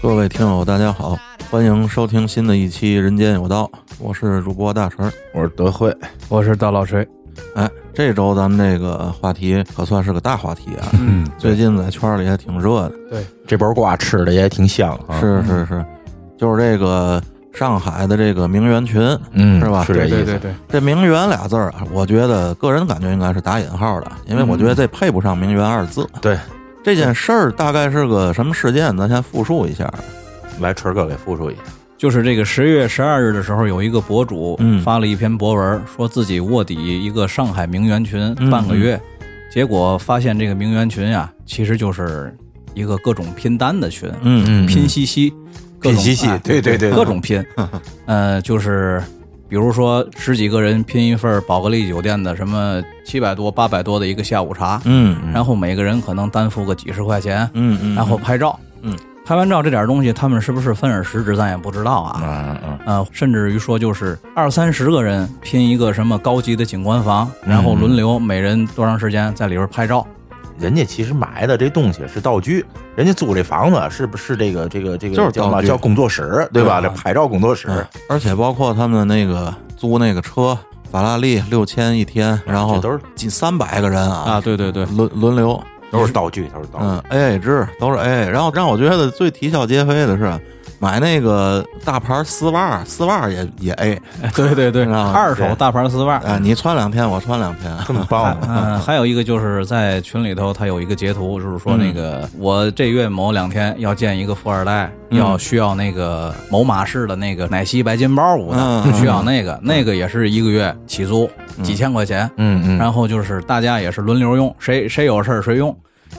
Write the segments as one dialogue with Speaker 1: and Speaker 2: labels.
Speaker 1: 各位听友，大家好，欢迎收听新的一期《人间有道》，我是主播大神儿。
Speaker 2: 我是德惠，
Speaker 3: 我是大老锤，
Speaker 1: 哎，这周咱们这个话题可算是个大话题啊！嗯，最近在圈里也挺热的，
Speaker 2: 这包瓜吃的也挺香啊。，
Speaker 1: 是是是，就是这个上海的这个名媛群，
Speaker 2: 嗯，
Speaker 1: 是吧
Speaker 2: 是这意思。
Speaker 3: 对，
Speaker 1: 这“名媛”俩字儿啊，我觉得个人感觉应该是打引号的，因为我觉得这配不上“名媛”二字。
Speaker 2: 嗯对
Speaker 1: 这件事儿大概是个什么事件？咱先复述一下。
Speaker 2: 来，春儿哥给复述一下。
Speaker 3: 就是这个十月十二日的时候，有一个博主
Speaker 1: 嗯
Speaker 3: 发了一篇博文，说自己卧底一个上海名媛群
Speaker 1: 嗯
Speaker 3: 半个月，结果发现这个名媛群呀，其实就是一个各种拼单的群，
Speaker 1: 嗯
Speaker 2: 嗯
Speaker 3: 拼夕夕，各种
Speaker 2: 拼夕夕
Speaker 3: 哎
Speaker 2: 对对对嗯对
Speaker 3: 各种拼，呃，就是比如说十几个人拼一份宝格丽酒店的什么七百多、八百多的一个下午茶，
Speaker 1: 嗯
Speaker 3: 然后每个人可能担负个几十块钱，
Speaker 1: 嗯嗯，
Speaker 3: 然后拍照，
Speaker 1: 嗯，
Speaker 3: 拍完照这点东西，他们是不是分而食之，咱也不知道啊。
Speaker 2: 嗯嗯
Speaker 3: 呃，甚至于说就是二三十个人拼一个什么高级的景观房，
Speaker 2: 嗯
Speaker 3: 然后轮流每人多长时间在里边拍照，
Speaker 2: 嗯，人家其实埋的这东西是道具，人家租这房子是不是这个这个这个
Speaker 1: 就是
Speaker 2: 叫
Speaker 1: 道
Speaker 2: 嘛
Speaker 1: 具
Speaker 2: 叫工作室对吧？
Speaker 3: 对
Speaker 2: 这拍照工作室，
Speaker 1: 嗯而且包括他们那个租那个车，法拉利六千一天，然后
Speaker 2: 哎这都是
Speaker 1: 近三百个人啊，
Speaker 3: 啊，对对对，
Speaker 1: 轮轮流，
Speaker 2: 都是道具，都是道具。
Speaker 1: 嗯，A A 制都是 A A。然后让我觉得最啼笑皆非的是。买那个大牌丝袜，丝袜也也 A
Speaker 3: 对对对
Speaker 1: 知道吗
Speaker 3: 二手大牌丝袜。
Speaker 1: 啊！你穿两天，我穿两 天，
Speaker 2: 更棒啊了，
Speaker 3: 嗯、还有一个就是在群里头，他有一个截图，就是说那个、我这月某两天要见一个富二代，要需要那个某马氏的那个奶昔白金包舞的，
Speaker 1: 嗯
Speaker 3: 需要那个，那个也是一个月起租几千块钱，
Speaker 2: 嗯嗯，
Speaker 3: 然后就是大家也是轮流用，谁谁有事儿谁用，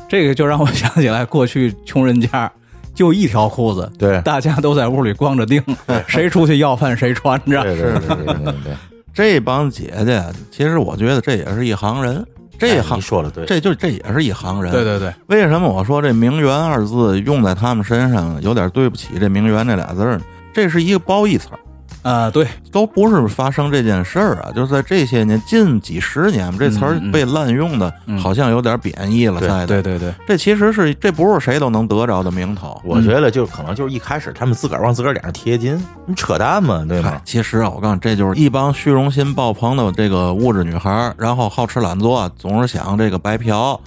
Speaker 3: 这个就让我想起来过去穷人家就一条裤子，
Speaker 2: 对
Speaker 3: 大家都在屋里光着腚，谁出去要饭谁穿着，
Speaker 2: 对对对对对对，
Speaker 1: 这帮姐姐，其实我觉得这也是一行人，这
Speaker 2: 哎
Speaker 1: 行、
Speaker 2: 你说的对，
Speaker 1: 这就这也是一行人。
Speaker 3: 对对对，
Speaker 1: 为什么我说这“名媛”二字用在他们身上有点对不起这“名媛”这俩字儿呢？这是一个褒义词儿，
Speaker 3: 啊、对，
Speaker 1: 都不是发生这件事儿啊，就是在这些年近几十年，这词儿
Speaker 3: 嗯嗯
Speaker 1: 被滥用的
Speaker 3: 嗯
Speaker 1: 好像有点贬义了
Speaker 2: 对
Speaker 1: 在的。
Speaker 3: 对对对，
Speaker 1: 这其实是这不是谁都能得着的名头。
Speaker 2: 我觉得就可能就是一开始他们自个儿往自个儿脸上贴金，你扯淡嘛，对
Speaker 1: 嗨
Speaker 2: 吗，？
Speaker 1: 其实啊，我告诉你，这就是一帮虚荣心爆棚的这个物质女孩儿，然后好吃懒做，总是想这个白嫖，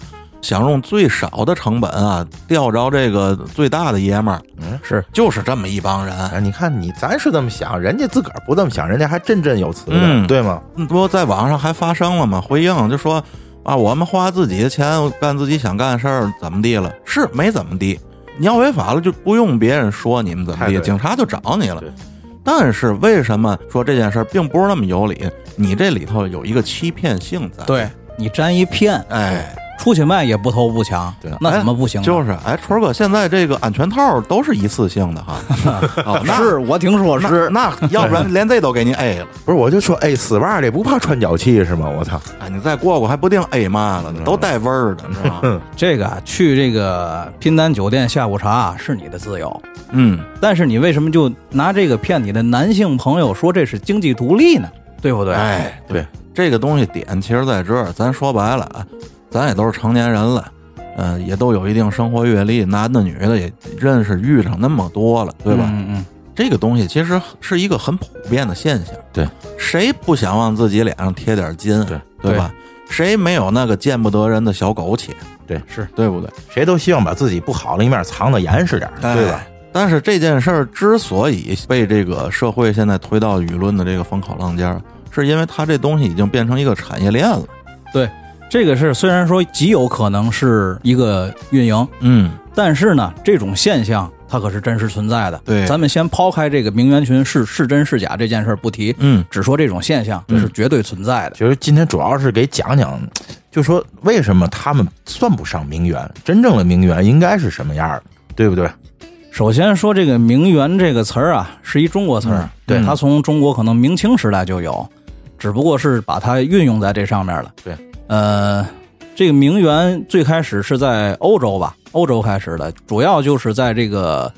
Speaker 1: 想用最少的成本啊钓着这个最大的爷们儿，
Speaker 3: 嗯是
Speaker 1: 就是这么一帮人。
Speaker 2: 啊，你看你咱是这么想，人家自个儿不这么想，人家还振振有词
Speaker 1: 嗯
Speaker 2: 的，对吗？
Speaker 1: 嗯不，在网上还发生了嘛？回应就说啊，我们花自己的钱干自己想干的事儿，怎么地了？是没怎么地。你要违法了，就不用别人说你们怎么
Speaker 2: 太对
Speaker 1: 地，
Speaker 2: 了
Speaker 1: 警察就找你了
Speaker 2: 对。
Speaker 1: 但是为什么说这件事儿并不是那么有理？你这里头有一个欺骗性在。，
Speaker 3: 对你沾一片，
Speaker 1: 哎，
Speaker 3: 出去卖也不偷不抢，
Speaker 2: 对
Speaker 3: 那怎么不行呢？
Speaker 1: 就是哎，春儿哥，现在这个安全套都是一次性的 哈。哦，那
Speaker 3: 是我听说是
Speaker 1: 那那要不然连这都给您 A 了，
Speaker 2: 不是，我就说，哎，丝袜这不怕穿脚气是吗？我操，
Speaker 1: 哎，你再过过还不定 A 嘛了呢，都带味儿的，是吧？
Speaker 3: 这个啊去这个拼单酒店下午茶啊是你的自由，
Speaker 1: 嗯，
Speaker 3: 但是你为什么就拿这个骗你的男性朋友说这是经济独立呢？对不对？嗯
Speaker 1: 哎，
Speaker 2: 对，
Speaker 1: 这个东西点其实在这儿，咱说白了啊，咱也都是成年人了，嗯、也都有一定生活阅历，男的女的也认识遇上那么多了，对吧？
Speaker 3: 嗯嗯，
Speaker 1: 这个东西其实是一个很普遍的现象，
Speaker 2: 对，
Speaker 1: 谁不想往自己脸上贴点金，啊
Speaker 2: 对
Speaker 1: 对吧？谁没有那个见不得人的小苟且，
Speaker 2: 对，
Speaker 3: 是
Speaker 1: 对不对？
Speaker 2: 谁都希望把自己不好的一面藏得严实点儿，对吧？
Speaker 1: 哎？但是这件事儿之所以被这个社会现在推到舆论的这个风口浪尖儿，是因为它这东西已经变成一个产业链了。
Speaker 3: 对，这个是虽然说极有可能是一个运营，
Speaker 1: 嗯，
Speaker 3: 但是呢，这种现象它可是真实存在的。
Speaker 1: 对
Speaker 3: 咱们先抛开这个名媛群是是真是假这件事儿不提，
Speaker 1: 嗯，
Speaker 3: 只说这种现象这是绝对存在的。
Speaker 2: 其实今天主要是给讲讲，就说为什么他们算不上名媛，真正的名媛应该是什么样儿的，对不对？
Speaker 3: 啊首先说这个“名媛”这个词儿啊，是一中国词儿、
Speaker 2: 对
Speaker 3: 它从中国可能明清时代就有，只不过是把它运用在这上面了。
Speaker 2: 对，
Speaker 3: 呃，这个名媛最开始是在欧洲吧，欧洲开始的，主要就是在这个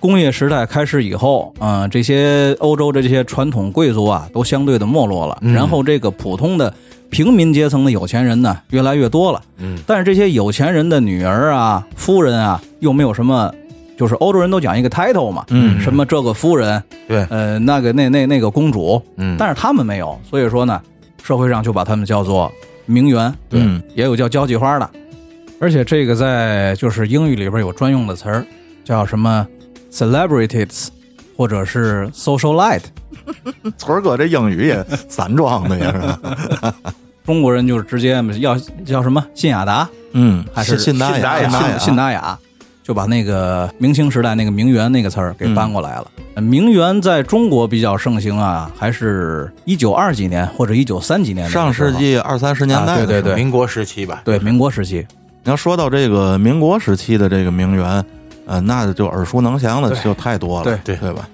Speaker 3: 工业时代开始以后，嗯、这些欧洲的这些传统贵族啊，都相对的没落了，
Speaker 2: 嗯
Speaker 3: 然后这个普通的平民阶层的有钱人呢，越来越多了。
Speaker 2: 嗯，
Speaker 3: 但是这些有钱人的女儿啊、夫人啊，又没有什么。就是欧洲人都讲一个 title 嘛，
Speaker 1: 嗯
Speaker 3: 什么这个夫人，
Speaker 2: 对
Speaker 3: 呃，那个那那那个公主，
Speaker 2: 嗯
Speaker 3: 但是他们没有，所以说呢，社会上就把他们叫做名媛，
Speaker 1: 嗯
Speaker 3: 也有叫交际花的，而且这个在就是英语里边有专用的词儿，叫什么 celebrities，或者是 socialite。
Speaker 1: 村儿哥这英语也散装的也是，
Speaker 3: 中国人就是直接要叫什么信雅达，
Speaker 1: 嗯，
Speaker 3: 还是
Speaker 1: 信达
Speaker 2: 信达
Speaker 1: 雅，
Speaker 2: 雅
Speaker 1: 达
Speaker 3: 信
Speaker 1: 雅，
Speaker 3: 信达雅，就把那个明清时代那个名媛那个词儿给
Speaker 1: 嗯
Speaker 3: 搬过来了。呃名媛在中国比较盛行啊，还是一九二几年或者一九三几年那
Speaker 1: 上
Speaker 3: 个时候
Speaker 1: 世纪二三十年代
Speaker 3: 啊
Speaker 1: 的时候，
Speaker 3: 对对
Speaker 2: 民国时期吧，
Speaker 3: 对民国时期，
Speaker 1: 你要说到这个民国时期的这个名媛，呃，那就耳熟能详的就太多了，
Speaker 2: 对对
Speaker 1: 对吧？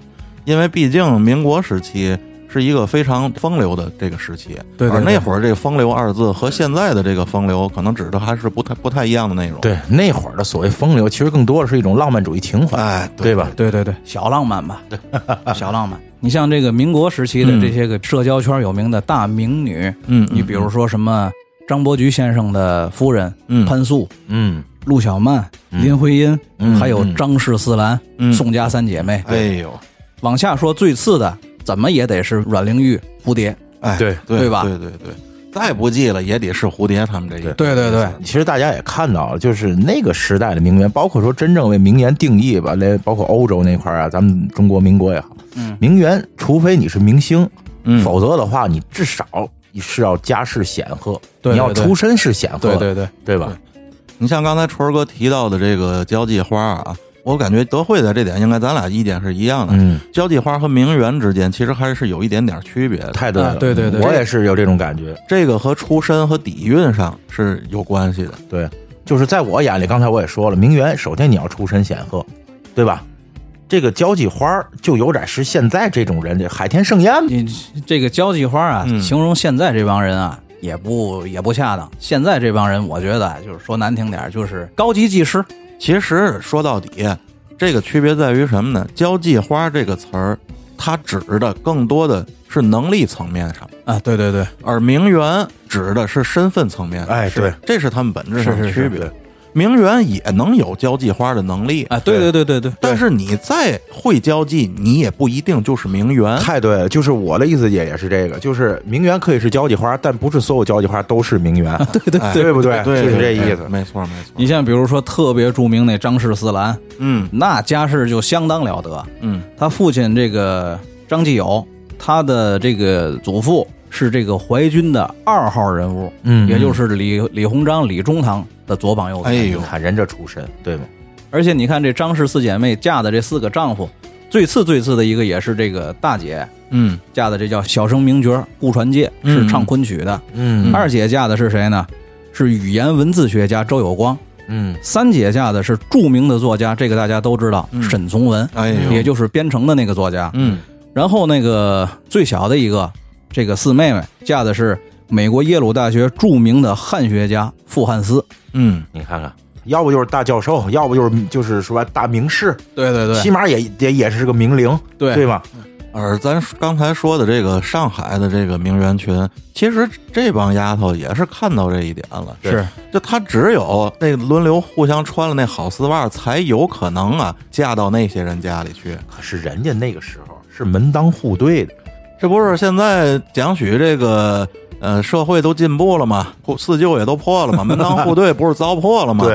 Speaker 1: 因为毕竟民国时期是一个非常风流的这个时期，
Speaker 3: 对对
Speaker 1: 而
Speaker 3: 对
Speaker 1: 那会儿这个“风流”二字和现在的这个风流，可能指的还是不太不太一样的内容。，
Speaker 2: 对，那会儿的所谓风流，其实更多的是一种浪漫主义情怀，
Speaker 1: 哎，
Speaker 2: 对吧？
Speaker 3: 对对对，小浪 漫吧，小浪漫。你像这个民国时期的这些个社交圈有名的大名女，
Speaker 1: 嗯，
Speaker 3: 你比如说什么张伯驹先生的夫人
Speaker 1: 嗯
Speaker 3: 潘素、
Speaker 2: 嗯，
Speaker 3: 陆小曼、
Speaker 2: 嗯
Speaker 3: 林徽因，
Speaker 2: 嗯
Speaker 3: 还有张氏四兰、
Speaker 1: 嗯
Speaker 3: 宋家三姐妹。
Speaker 1: 哎呦，
Speaker 3: 往下说最次的，怎么也得是阮玲玉、蝴蝶。
Speaker 1: 哎，
Speaker 2: 对
Speaker 1: 对
Speaker 3: 对吧
Speaker 1: 对对对，再不济了也得是蝴蝶他们这一
Speaker 3: 对对对，
Speaker 2: 其实大家也看到了，就是那个时代的名媛，包括说真正为名媛定义吧，连包括欧洲那块儿啊，咱们中国民国也好，
Speaker 3: 嗯
Speaker 2: 名媛除非你是明星，
Speaker 1: 嗯
Speaker 2: 否则的话，你至少你是要家世显赫，
Speaker 3: 对对
Speaker 2: 你要
Speaker 3: 对
Speaker 2: 出身是显赫的，
Speaker 3: 对，
Speaker 2: 对吧？
Speaker 1: 你像刚才春儿哥提到的这个交际花啊，我感觉德惠在这点应该咱俩意见是一样的。
Speaker 2: 嗯，
Speaker 1: 交际花和名媛之间其实还是有一点点区别的，
Speaker 2: 太对了，
Speaker 3: 啊对对对
Speaker 2: 我也是有这种感觉。
Speaker 1: 这个和出身和底蕴上是有关系的。
Speaker 2: 对，就是在我眼里，刚才我也说了，名媛首先你要出身显赫，对吧？这个交际花儿就有点是现在这种人，这海天盛宴嘛
Speaker 3: 你这个交际花啊，
Speaker 1: 嗯
Speaker 3: 形容现在这帮人啊，也不也不恰当。现在这帮人，我觉得啊就是说难听点儿，就是高级技师。
Speaker 1: 其实说到底，这个区别在于什么呢？交际花这个词儿，它指的更多的是能力层面上，
Speaker 3: 啊，对对对，
Speaker 1: 而名媛指的是身份层面上。
Speaker 2: 哎
Speaker 1: 是
Speaker 2: 对，
Speaker 1: 这是他们本质上的
Speaker 2: 是是
Speaker 1: 区
Speaker 2: 是
Speaker 1: 别。
Speaker 2: 对
Speaker 1: 名媛也能有交际花的能力
Speaker 3: 啊，对对对对对，
Speaker 1: 但是你再会交际，你也不一定就是名媛。
Speaker 2: 太对了，就是我的意思也也是这个，就是名媛可以是交际花，但不是所有交际花都是名媛，啊对
Speaker 3: 对
Speaker 1: 哎
Speaker 2: 不对？
Speaker 1: 对，
Speaker 2: 就是这
Speaker 1: 对
Speaker 2: 意思。
Speaker 1: 没错没错。
Speaker 3: 你像比如说特别著名那张氏四兰，
Speaker 1: 嗯
Speaker 3: 那家世就相当了得。
Speaker 1: 嗯
Speaker 3: 他父亲这个张继友，他的这个祖父是这个淮军的二号人物，
Speaker 2: 嗯
Speaker 3: 也就是李李鸿章、李中堂的左膀右
Speaker 1: 哎
Speaker 3: 臂。
Speaker 1: 呦
Speaker 2: 你看人这出身，对吗？
Speaker 3: 而且你看这张氏四姐妹嫁的这四个丈夫，最次最次的一个也是这个大姐
Speaker 1: 嗯
Speaker 3: 嫁的这叫小生名角顾传介，
Speaker 1: 嗯
Speaker 3: 是唱昆曲的。
Speaker 2: 嗯
Speaker 3: 二姐嫁的是谁呢？是语言文字学家周有光。
Speaker 2: 嗯，
Speaker 3: 三姐嫁的是著名的作家，这个大家都知道，
Speaker 1: 嗯
Speaker 3: 沈从文，
Speaker 1: 哎呦
Speaker 3: 也就是边城的那个作家。
Speaker 1: 嗯
Speaker 3: 然后那个最小的一个，这个四妹妹嫁的是美国耶鲁大学著名的汉学家傅汉斯。
Speaker 1: 嗯，
Speaker 2: 你看看，要不就是大教授，要不就是就是说大名士，
Speaker 3: 对对
Speaker 2: 起码也也也是个名伶，
Speaker 3: 对
Speaker 2: 对嗯吧？
Speaker 1: 而咱刚才说的这个上海的这个名媛群，其实这帮丫头也是看到这一点了。
Speaker 2: 对
Speaker 3: 是
Speaker 1: 就她只有那轮流互相穿了那好丝袜，才有可能啊嫁到那些人家里去。
Speaker 2: 可是人家那个时候是门当户对的，
Speaker 1: 这不是现在讲许这个呃社会都进步了嘛，破四旧也都破了嘛，门当户对不是糟粕 了嘛？，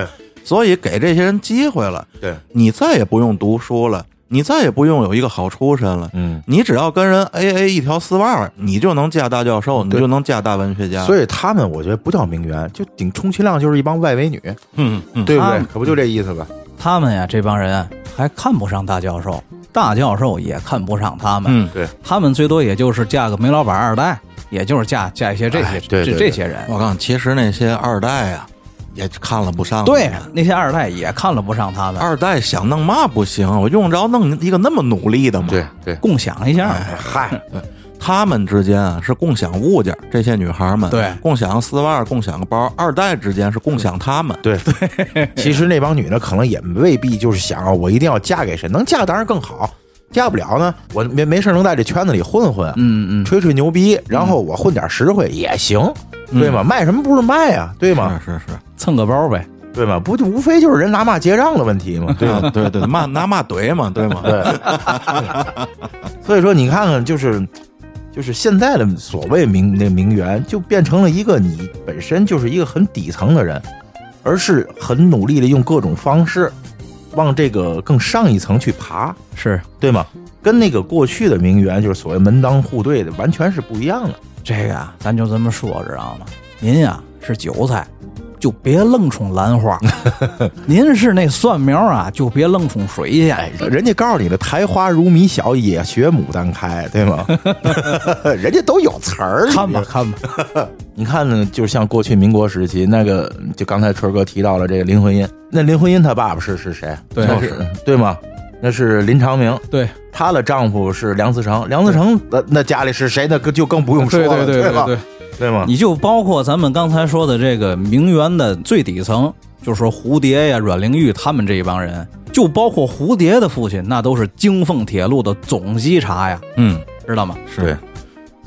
Speaker 1: 所以给这些人机会了，
Speaker 2: 对，
Speaker 1: 你再也不用读书了，你再也不用有一个好出身了。
Speaker 2: 嗯。
Speaker 1: 你只要跟人 A A 一条丝袜儿，你就能嫁大教授，你
Speaker 2: 对
Speaker 1: 就能嫁大文学家。
Speaker 2: 所
Speaker 1: 以，
Speaker 2: 以他们我觉得不叫名媛，就顶充其量就是一帮外围女，
Speaker 1: 嗯嗯，
Speaker 2: 对不
Speaker 3: 他
Speaker 2: 对
Speaker 3: 们？
Speaker 2: 可不就这意思吧？
Speaker 3: 他们呀，这帮人还看不上大教授，大教授也看不上他们。
Speaker 1: 嗯
Speaker 2: 对，
Speaker 3: 他们最多也就是嫁个煤老板二代，也就是嫁嫁一些这些、
Speaker 2: 哎对对
Speaker 3: 这
Speaker 2: 对
Speaker 3: 这些人。
Speaker 1: 我告诉你，其实那些二代啊，也看了不上。
Speaker 3: 对，，那些二代也看了不上他们，
Speaker 2: 哎
Speaker 1: 二代想弄嘛不行，我用着弄一个那么努力的吗？，
Speaker 2: 对，
Speaker 3: 共享一下
Speaker 2: 哎
Speaker 3: 嘛。
Speaker 2: 嗨，
Speaker 1: 他们之间啊是共享物件，这些女孩们
Speaker 3: 对
Speaker 1: 共享丝袜，共享个包。二代之间是共享他们。
Speaker 2: 对对， 其实那帮女的可能也未必就是想啊，我一定要嫁给谁，能嫁当然更好，嫁不了呢，我没没事能在这圈子里混混，
Speaker 3: 嗯嗯，
Speaker 2: 吹吹牛逼，然后我混点实惠也行，对吗？卖什么不是卖啊，对吗？
Speaker 1: 是是是，
Speaker 3: 蹭个包呗。
Speaker 2: 对吗？不就无非就是人拿嘛结账的问题吗？对吧？
Speaker 1: 对对对，骂拿骂怼嘛，对吗？
Speaker 2: 对，所以说你看看，就是就是现在的所谓名那名媛，就变成了一个你本身就是一个很底层的人，而是很努力的用各种方式往这个更上一层去爬，
Speaker 3: 是
Speaker 2: 对吗？跟那个过去的名媛，就是所谓门当户对的，完全是不一样的。
Speaker 3: 这个啊，咱就这么说，知道吗？您呀、是韭菜，就别愣冲兰 花；您是那蒜苗啊，就别愣冲水去。
Speaker 2: 人家告诉你的“苔花如米小，也学牡丹开”，对吗？ 人家都有词儿，
Speaker 3: 看吧，看 吧，
Speaker 2: 你看呢，就像过去民国时期那个，就刚才春哥提到了这个林徽因，那林徽因她爸爸是是谁？
Speaker 3: 对
Speaker 2: 那是对吗？那是林长明，
Speaker 3: 对，
Speaker 2: 她的丈夫是梁思成，梁思成那那家里是谁？那个就更不用说
Speaker 3: 对
Speaker 2: 了，
Speaker 3: 对对
Speaker 2: 吧？
Speaker 3: 对，
Speaker 2: 对吗？
Speaker 3: 你就包括咱们刚才说的这个名媛的最底层，就是说蝴蝶呀、阮玲玉他们这一帮人，就包括蝴蝶的父亲，那都是京凤铁路的总稽查呀，
Speaker 1: 嗯，
Speaker 3: 知道吗？
Speaker 2: 对
Speaker 1: 是。
Speaker 3: 啊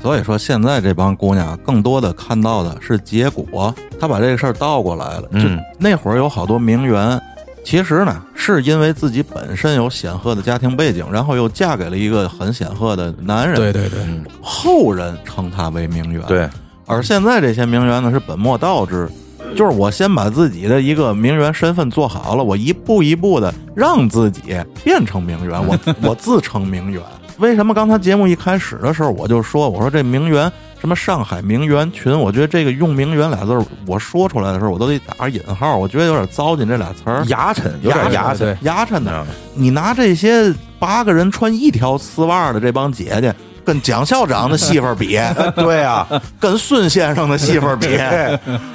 Speaker 1: 所以说，现在这帮姑娘更多的看到的是结果，她把这个事儿倒过来了。就
Speaker 2: 嗯
Speaker 1: 那会儿有好多名媛，其实呢是因为自己本身有显赫的家庭背景，然后又嫁给了一个很显赫的男人，
Speaker 3: 对嗯对，
Speaker 1: 后人称她为名媛。
Speaker 2: 对，
Speaker 1: 而现在这些名媛呢是本末倒置，就是我先把自己的一个名媛身份做好了，我一步一步的让自己变成名媛，我我自称名媛。为什么刚才节目一开始的时候我就说，我说这名媛什么上海名媛群，我觉得这个用名媛俩字儿我说出来的时候，我都得打引号，我觉得有点糟践这俩词儿，
Speaker 2: 牙碜，有点牙
Speaker 3: 牙
Speaker 2: 碜
Speaker 3: 碜。
Speaker 1: 牙碜的。
Speaker 2: 嗯
Speaker 1: 你拿这些八个人穿一条丝袜的这帮姐姐，跟蒋校长的媳妇儿 比，
Speaker 2: 对啊，
Speaker 1: 跟孙先生的媳妇儿比，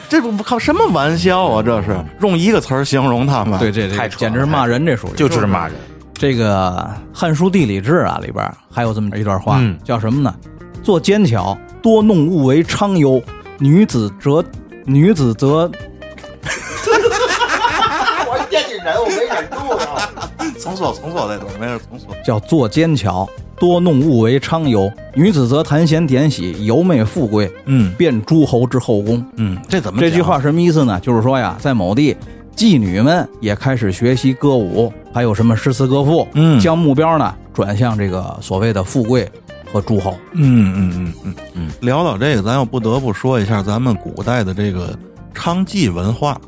Speaker 1: 这不靠什么玩笑啊！这是用一个词儿形容他们，
Speaker 3: 嗯对，这
Speaker 2: 太
Speaker 3: 这
Speaker 2: 扯了
Speaker 3: 简直是骂人，这属于
Speaker 2: 就知道骂人。
Speaker 3: 这个《汉书·地理志》啊里边还有这么一段话，
Speaker 2: 嗯
Speaker 3: 叫什么呢？做奸巧，多弄物为昌忧，女子则女子则
Speaker 4: 我惦记人，我没忍住啊。
Speaker 1: 重说重说这段，没事，重说。
Speaker 3: 叫做奸巧，多弄物为昌忧，女子则谈贤典喜，游媚富贵，
Speaker 1: 嗯
Speaker 3: 变诸侯之后宫。
Speaker 1: 嗯，这怎么
Speaker 3: 这
Speaker 1: 讲
Speaker 3: 句话什么意思呢？就是说呀，在某地，妓女们也开始学习歌舞，还有什么诗词歌赋，
Speaker 1: 嗯
Speaker 3: 将目标呢转向这个所谓的富贵和诸 侯。
Speaker 1: 嗯嗯嗯嗯嗯，聊到这个，咱又不得不说一下咱们古代的这个娼妓文化。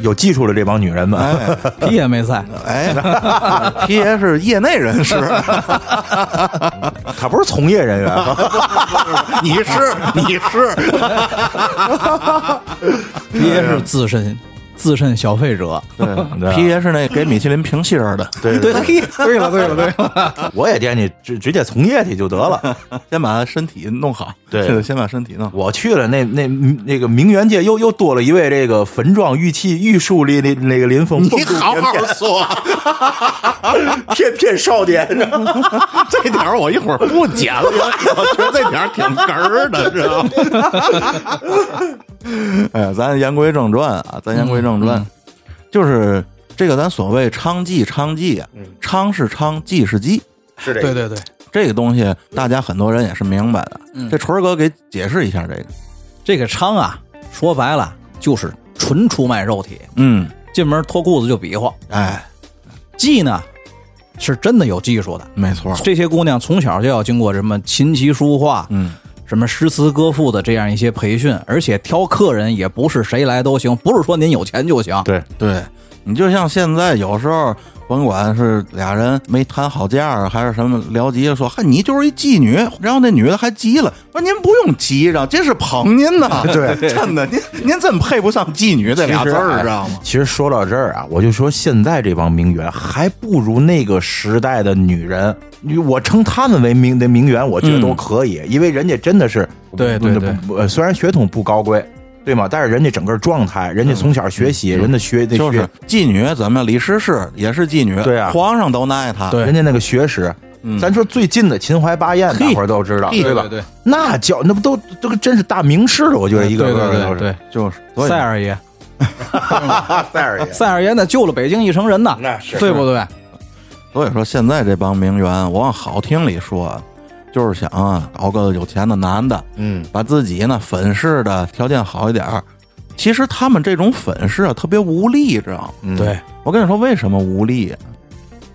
Speaker 2: 有技术的这帮女人们，
Speaker 1: 哎
Speaker 3: 屁也没在，
Speaker 1: 哎，皮爷是业内人士，
Speaker 2: 她不是从业人员 吗？
Speaker 1: 你是你是，
Speaker 3: 皮爷是自身自身消费者。
Speaker 2: 对
Speaker 1: 对
Speaker 2: 啊
Speaker 1: 皮爷是那给米其林评星儿的，
Speaker 2: 对
Speaker 3: 对，对了，对了，对了，
Speaker 2: 我也惦记直直接从业去就得了。
Speaker 1: 先把身体弄好，
Speaker 2: 对
Speaker 1: 是的先把身体弄好。
Speaker 2: 我去了，那那那个名媛界又又多了一位这个粉妆玉砌玉树里那那个林峰，
Speaker 1: 你好好说，
Speaker 2: 骗骗少年， 啊
Speaker 1: 这点儿我一会儿不剪了， 我觉得这点儿挺哏儿的，知道吗？ 哎呀，咱言归正传啊，咱言归正传，就是这个咱所谓娼妓，娼妓啊，娼是娼，妓是妓，
Speaker 2: 是这
Speaker 3: 对对对，
Speaker 1: 这个东西大家很多人也是明白的。
Speaker 3: 嗯
Speaker 1: 这纯儿哥给解释一下这个，
Speaker 3: 这个娼啊，说白了就是纯出卖肉体，
Speaker 1: 嗯，
Speaker 3: 进门脱裤子就比划。
Speaker 1: 哎，
Speaker 3: 技呢，是真的有技术的。
Speaker 1: 没
Speaker 2: 嗯
Speaker 1: 错，
Speaker 3: 这些姑娘从小就要经过什么琴棋书画，
Speaker 1: 嗯，
Speaker 3: 什么诗词歌赋的这样一些培训，而且挑客人也不是谁来都行，不是说您有钱就行。
Speaker 2: 对，
Speaker 1: 对你就像现在有时候。甭管是俩人没谈好价儿，还是什么聊急了，说嗨，你就是一妓女，然后那女的还急了，说您不用急着，这是捧您呢，
Speaker 2: 对
Speaker 1: 真的，您您真配不上妓女这俩字儿，啊知道吗？
Speaker 2: 其实说到这儿啊，我就说现在这帮名媛还不如那个时代的女人，你我称她们为名的名媛，我觉得都可以，因为人家真的是
Speaker 3: 嗯对
Speaker 2: 不
Speaker 3: 对
Speaker 2: 不
Speaker 3: 对
Speaker 2: 不呃虽然血统不高贵，对吗？但是人家整个状态，
Speaker 3: 嗯
Speaker 2: 人家从小学习，人家学那
Speaker 1: 就是
Speaker 2: 学，
Speaker 1: 妓女怎么李师师也是妓女，
Speaker 2: 哎对啊
Speaker 1: 皇上都爱她，
Speaker 3: 对嗯
Speaker 2: 人家那个学识。咱说最近的秦淮八艳，
Speaker 3: 嘿
Speaker 2: 大伙儿都知道，
Speaker 1: 嘿
Speaker 2: 对吧？
Speaker 3: 对
Speaker 2: 那叫那不都这个真是大名师了，我觉得一个
Speaker 3: 对
Speaker 2: 个的都
Speaker 3: 对
Speaker 2: 是。
Speaker 3: 对
Speaker 1: 就是所
Speaker 3: 对，
Speaker 1: 以
Speaker 3: 塞二爷，
Speaker 2: 哈，啊塞尔爷，
Speaker 3: 塞二爷呢救了北京一城人呐，
Speaker 2: 那是
Speaker 3: 对不对？
Speaker 1: 所以说现在这帮名媛，我往好听里说，就是想啊，找个有钱的男的，
Speaker 2: 嗯，
Speaker 1: 把自己呢粉饰的条件好一点儿，其实他们这种粉饰啊，特别无力，知道吗？
Speaker 2: 嗯，
Speaker 3: 对，
Speaker 1: 我跟你说为什么无力？啊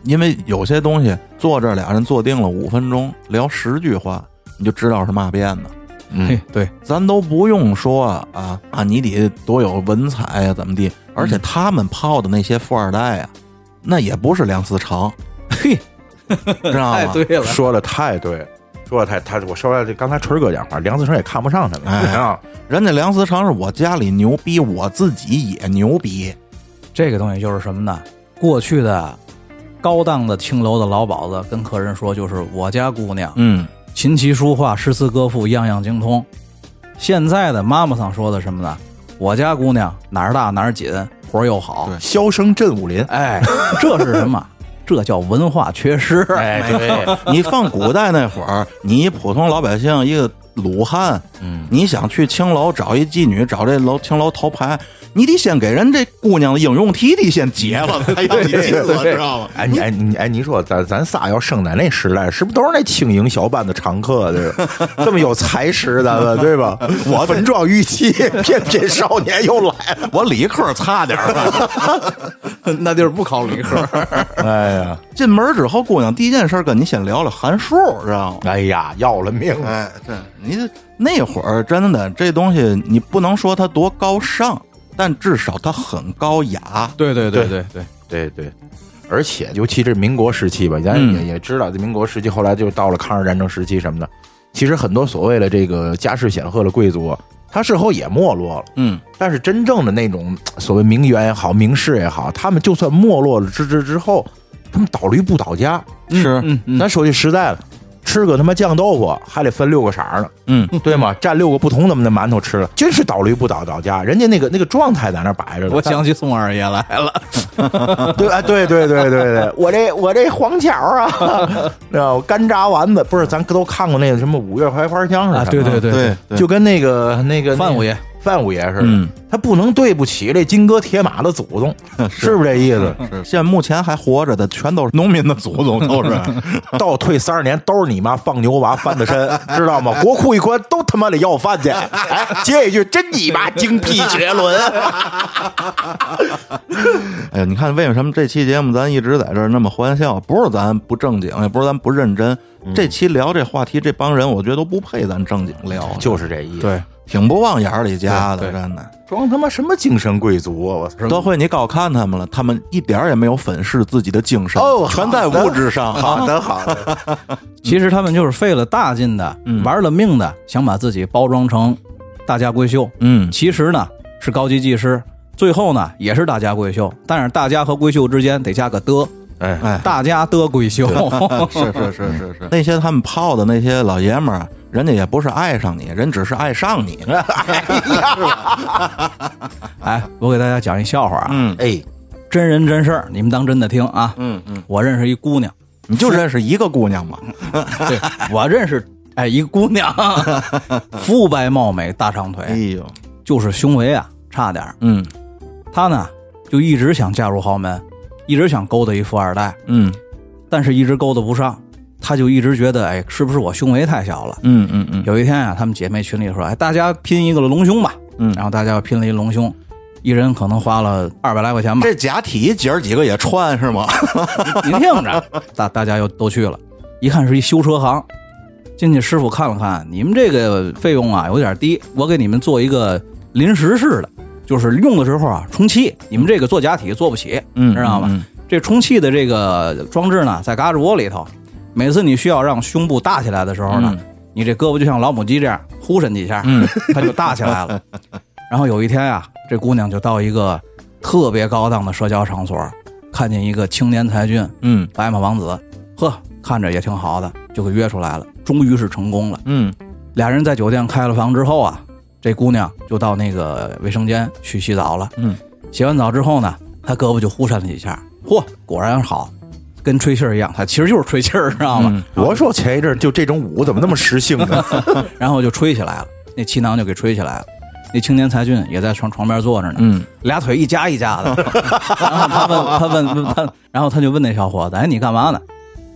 Speaker 1: 因为有些东西坐这儿俩人坐定了五分钟，聊十句话，你就知道是嘛变的。
Speaker 2: 嗯
Speaker 3: 嘿，对，
Speaker 1: 咱都不用说啊啊，你得多有文采啊呀、怎么地？而且他们泡的那些富二代呀、啊那也不是梁思成，
Speaker 3: 嘿，
Speaker 1: 知道吗？
Speaker 3: 太哎对了，
Speaker 2: 啊说的太对了，说的太他我说了这刚才春儿哥讲话，梁思成也看不上他们，
Speaker 1: 哎
Speaker 2: 啊，
Speaker 1: 人家梁思成是我家里牛逼，我自己也牛逼。
Speaker 3: 这个东西就是什么呢？过去的高档的青楼的老鸨子跟客人说，就是我家姑娘，
Speaker 1: 嗯，
Speaker 3: 琴棋书画、诗词歌赋样样精通。现在的妈妈桑说的什么呢？我家姑娘哪儿大哪儿紧，活儿又好。
Speaker 1: 对
Speaker 2: 箫声震武林，
Speaker 3: 哎，这是什 么？这叫文化缺失。
Speaker 2: 哎，对，
Speaker 1: 你放古代那会儿，你一普通老百姓，一个鲁汉，
Speaker 2: 嗯，
Speaker 1: 你想去青楼找一妓女，找这楼青楼头牌，你得先给人这姑娘的应用题得先结 了，才有你进了，知道吗？
Speaker 2: 哎，你哎你哎，你说咱咱仨要生在那时代，是不是都是那轻盈小班的常客，对 吧？这么有才识咱们，对 吧？我粉妆玉砌，翩翩少年又来了，
Speaker 1: 我理科差点儿，啊
Speaker 3: 那地儿不考理科。
Speaker 2: 哎呀，
Speaker 1: 进门之后，姑娘第一件事跟你先聊聊函数，知道吗？
Speaker 2: 哎呀，要了命啊了，
Speaker 1: 哎，对，你这那会儿真的这东西，你不能说它多高尚，但至少它很高雅。
Speaker 3: 对对对对对，
Speaker 2: 对对。而且，尤其是民国时期吧，咱
Speaker 1: 嗯
Speaker 2: 也也知道，这民国时期后来就到了抗日战争时期什么的，其实很多所谓的这个家世显赫的贵族，啊他事后也没落了。
Speaker 1: 嗯，
Speaker 2: 但是真正的那种呃所谓名媛也好，名士也好，他们就算没落了之之之后，他们倒驴不倒家。
Speaker 1: 是，
Speaker 3: 嗯嗯，
Speaker 2: 咱说句实在的，吃个他妈酱豆腐还得分六个色儿呢，
Speaker 1: 嗯，
Speaker 2: 对吗？蘸六个不同的那馒头吃了，真是倒驴不倒倒家。人家那个那个状态在那儿摆着呢。
Speaker 3: 我想起宋二爷来了。
Speaker 2: 对啊，对对对对对，我这我这黄巧儿啊， 知道吗干炸丸子不是？咱都看过那个什么五月槐花香是吧？
Speaker 3: 对对对
Speaker 1: 啊对，
Speaker 2: 就跟那个那个
Speaker 3: 范五
Speaker 2: 爷
Speaker 3: 爷，
Speaker 2: 范五爷似的，
Speaker 1: 嗯
Speaker 2: 他不能对不起这金戈铁马的祖 宗，是不是这意思？
Speaker 1: 是，现在目前还活着的全都是农民的祖宗，都是。
Speaker 2: 倒退三十年都是你妈放牛娃翻的身，知道吗？国库一关都他妈得要饭去。哎，接一句，真你妈精辟绝伦。
Speaker 1: 哎呀，你看为什么这期节目咱一直在这儿那么欢笑？不是咱不正经，也不是咱不认真。这期聊这话题，这帮人我觉得都不配咱正经聊，
Speaker 2: 就是这意思。，
Speaker 3: 对，
Speaker 1: 挺不往眼儿里加的，
Speaker 3: 对对
Speaker 1: 真的。
Speaker 2: 装他妈什么精神贵族啊！我操！
Speaker 1: 德惠，你高看他们了，他们一点儿也没有粉饰自己的精神，
Speaker 2: 哦
Speaker 1: 全在物质上。
Speaker 2: 好的，好的，
Speaker 3: 其实他们就是费了大劲的，玩了命的，想把自己包装成大家闺秀。
Speaker 1: 嗯，
Speaker 3: 其实呢是高级技师，最后呢也是大家闺秀，但是大家和闺秀之间得加个的，
Speaker 2: 哎
Speaker 1: 哎
Speaker 3: 大家的闺 秀。
Speaker 1: 是是是是是，那些他们泡的那些老爷们儿，人家也不是爱上你，人只是爱上你。
Speaker 3: 哎，我给大家讲一笑话啊，
Speaker 1: 嗯
Speaker 2: 哎，
Speaker 3: 真人真事儿，你们当真的听啊。
Speaker 1: 嗯嗯，
Speaker 3: 我认识一 姑娘，
Speaker 1: 你就认识一个姑娘嘛？
Speaker 3: 对我认识哎一姑 娘，肤白貌美，大长
Speaker 1: 哎
Speaker 3: 腿，
Speaker 1: 呦，
Speaker 3: 就是胸围啊差点儿。
Speaker 1: 嗯
Speaker 3: 她呢就一直想嫁入豪门，一直想勾搭一富二代，
Speaker 1: 嗯
Speaker 3: 但是一直勾搭不上。她就一直觉得哎，是不是我胸围太小了？
Speaker 1: 嗯嗯嗯，
Speaker 3: 有一天啊，她们姐妹群里说：“哎，大家拼一个隆胸吧。”
Speaker 1: 嗯
Speaker 3: 然后大家又拼了一隆胸，一人可能花了二百来块钱吧。
Speaker 1: 这假体姐儿几个也穿是吗？
Speaker 3: 您听着，大大家又都去了，一看是一修车行，进去师傅看了看，你们这个费用啊有点低，我给你们做一个临时式的，就是用的时候啊充气，你们这个做假体做不起，
Speaker 1: 嗯
Speaker 3: 知道吗？
Speaker 1: 嗯
Speaker 3: 这充气的这个装置呢，在胳肢窝里头，每次你需要让胸部大起来的时候呢，
Speaker 1: 嗯
Speaker 3: 你这胳膊就像老母鸡这样呼伸几下，
Speaker 1: 嗯
Speaker 3: 它就大 起来了。然后有一天啊，这姑娘就到一个特别高档的社交场所，看见一个青年才俊
Speaker 1: 嗯
Speaker 3: 白马王子，呵，看着也挺好的，就给约出来了，终于是成功了。
Speaker 1: 嗯
Speaker 3: 俩人在酒店开了房之后啊，这姑娘就到那个卫生间去洗澡了。
Speaker 1: 嗯，
Speaker 3: 洗完澡之后呢，她胳膊就忽闪了几下，嚯，果然好，跟吹气儿一样。她其实就是吹气儿，知道吗？
Speaker 1: 嗯
Speaker 2: 我说前一阵儿就这种舞怎么那么时兴 呢？
Speaker 3: 然后就吹起来了，那气囊就给吹起来了。那青年才俊也在床床边坐着呢，
Speaker 1: 嗯，
Speaker 3: 俩腿一夹一夹的。 然后他问他问他，然后他就问那小伙子：“哎，你干嘛呢？”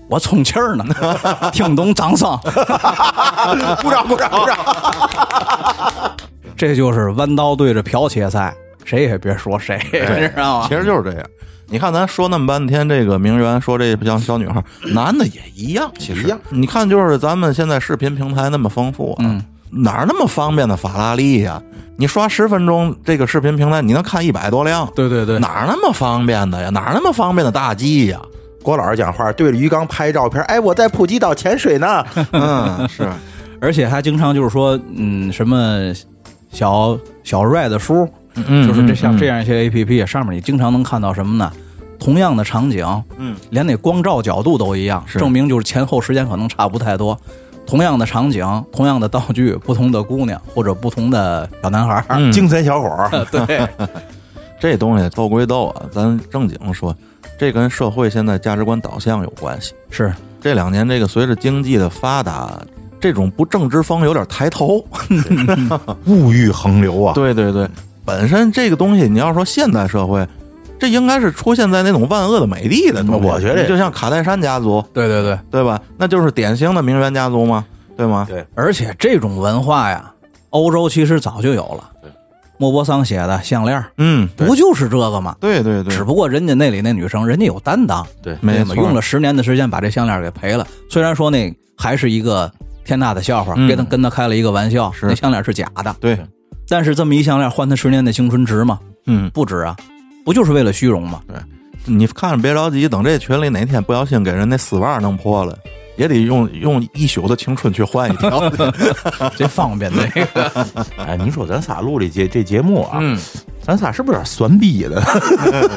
Speaker 3: 我充气儿呢，听懂掌声。
Speaker 2: 鼓掌，鼓掌，鼓掌！
Speaker 3: 这就是弯刀对着瓢切菜，谁也别说谁，知道吗
Speaker 1: 其？实就是这样。你看，咱说那么半天，这个名媛说这像小女孩，男的也一样，其实
Speaker 2: 一样。
Speaker 1: 你看，就是咱们现在视频平台那么丰富、啊，嗯，哪儿那么方便的法拉利呀、你刷十分钟这个视频平台，你能看一百多辆，
Speaker 3: 对对对，
Speaker 1: 哪儿那么方便的呀？哪儿那么方便的大 G 呀？
Speaker 2: 郭老师讲话，对着鱼缸拍照片，哎，我在普吉岛潜水呢。
Speaker 1: 嗯，是，
Speaker 3: 而且还经常就是说，嗯，什么小小 Red 书，
Speaker 1: 嗯
Speaker 3: 就是这像这样一些 A P P 上面，你经常能看到什么呢？同样的场景，
Speaker 1: 嗯，
Speaker 3: 连那光照角度都一样，
Speaker 1: 是
Speaker 3: 证明就是前后时间可能差不太多。同样的场景，同样的道具，不同的姑娘或者不同的小男孩儿，
Speaker 1: 嗯
Speaker 2: 精神小伙儿，
Speaker 3: 对，
Speaker 1: 这东西斗归斗啊，咱正经说，这跟社会现在价值观导向有关系。
Speaker 3: 是
Speaker 1: 这两年，这个随着经济的发达，这种不正之风有点抬头。
Speaker 2: 物欲横流啊！
Speaker 1: 对对对， 本身这个东西，你要说现代社会，这应该是出现在那种万恶的美帝的东西。
Speaker 2: 我觉得
Speaker 1: 你就像卡戴珊家族，
Speaker 3: 对对对。
Speaker 1: 对吧？那就是典型的名媛家族嘛，对吗？
Speaker 2: 对
Speaker 3: 而且这种文化呀，欧洲其实早就有了。莫泊桑写的项链儿，
Speaker 1: 嗯，
Speaker 3: 不就是这个吗？
Speaker 1: 对对对
Speaker 3: 只，不过人家那里那女生，人家有担当，
Speaker 2: 对
Speaker 1: 没
Speaker 3: 对
Speaker 1: 错，
Speaker 3: 吗用了十年的时间把这项链给赔了。虽然说那还是一个天大的笑话，
Speaker 1: 嗯
Speaker 3: 跟他跟他开了一个玩笑，
Speaker 1: 是
Speaker 3: 那项链是假的，
Speaker 1: 对，
Speaker 3: 但是这么一项链换他十年的青春值吗？
Speaker 1: 嗯，
Speaker 3: 不值啊，不就是为了虚荣 吗？
Speaker 1: 你看着别着急，等这群里哪天不小心给人那丝袜弄破了，也得用用一宿的青春去换一 条。
Speaker 3: 这方便的，
Speaker 2: 哎，你说咱仨录这节这节目啊，
Speaker 1: 嗯，
Speaker 2: 咱仨是不是有点酸逼的？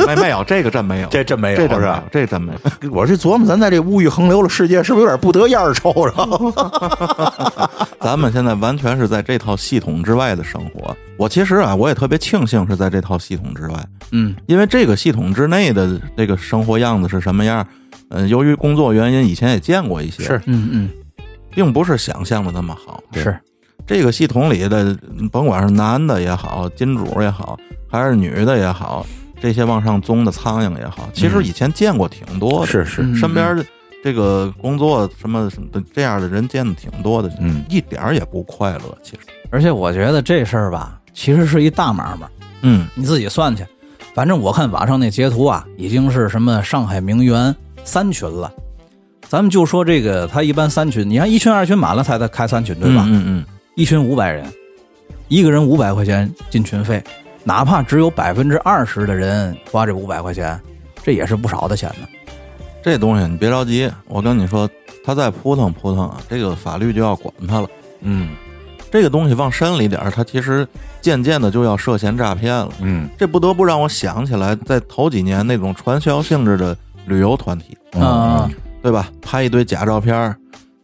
Speaker 1: 没没有这个真没有，
Speaker 2: 这真没有啊
Speaker 1: 这真
Speaker 2: 是
Speaker 1: 没
Speaker 2: 吧
Speaker 1: 有，这真没有。
Speaker 2: 我这琢磨，咱在这物欲横流的世界，是不是有点不得样儿瞅着？
Speaker 1: 咱们现在完全是在这套系统之外的生活。我其实啊，我也特别庆幸是在这套系统之外，
Speaker 3: 嗯，
Speaker 1: 因为这个系统之内的这个生活样子是什么样，嗯、由于工作原因，以前也见过一些，
Speaker 2: 是
Speaker 3: 嗯 嗯，
Speaker 1: 并不是想象的那么好。
Speaker 3: 是
Speaker 1: 这个系统里的，嗯甭管是男的也好，金主也好，还是女的也好，这些往上综的苍蝇也好，其实以前见过挺多的，
Speaker 2: 嗯是
Speaker 3: 嗯
Speaker 1: 身边的这个工作什么什么的这样的人见的挺多的，
Speaker 2: 嗯，
Speaker 1: 一点儿也不快乐，其实，
Speaker 3: 而且我觉得这事儿吧，其实是一大买卖。
Speaker 1: 嗯。
Speaker 3: 你自己算去。反正我看网上那截图啊，已经是什么上海名媛三群了。咱们就说这个，他一般三群，你看一群、二群满了才才开三群，对吧？
Speaker 1: 嗯嗯
Speaker 3: 一群五百人，一个人五百块钱进群费，哪怕只有百分之二十的人花这五百块钱，这也是不少的钱呢。
Speaker 1: 嗯，这东西你别着急，我跟你说，他再扑腾扑腾啊，这个法律就要管他了。
Speaker 2: 嗯
Speaker 1: 这个东西往深里点儿，它其实渐渐的就要涉嫌诈骗了。
Speaker 2: 嗯
Speaker 1: 这不得不让我想起来，在头几年那种传销性质的旅游团体，
Speaker 3: 啊，
Speaker 1: 对吧？拍一堆假照片儿，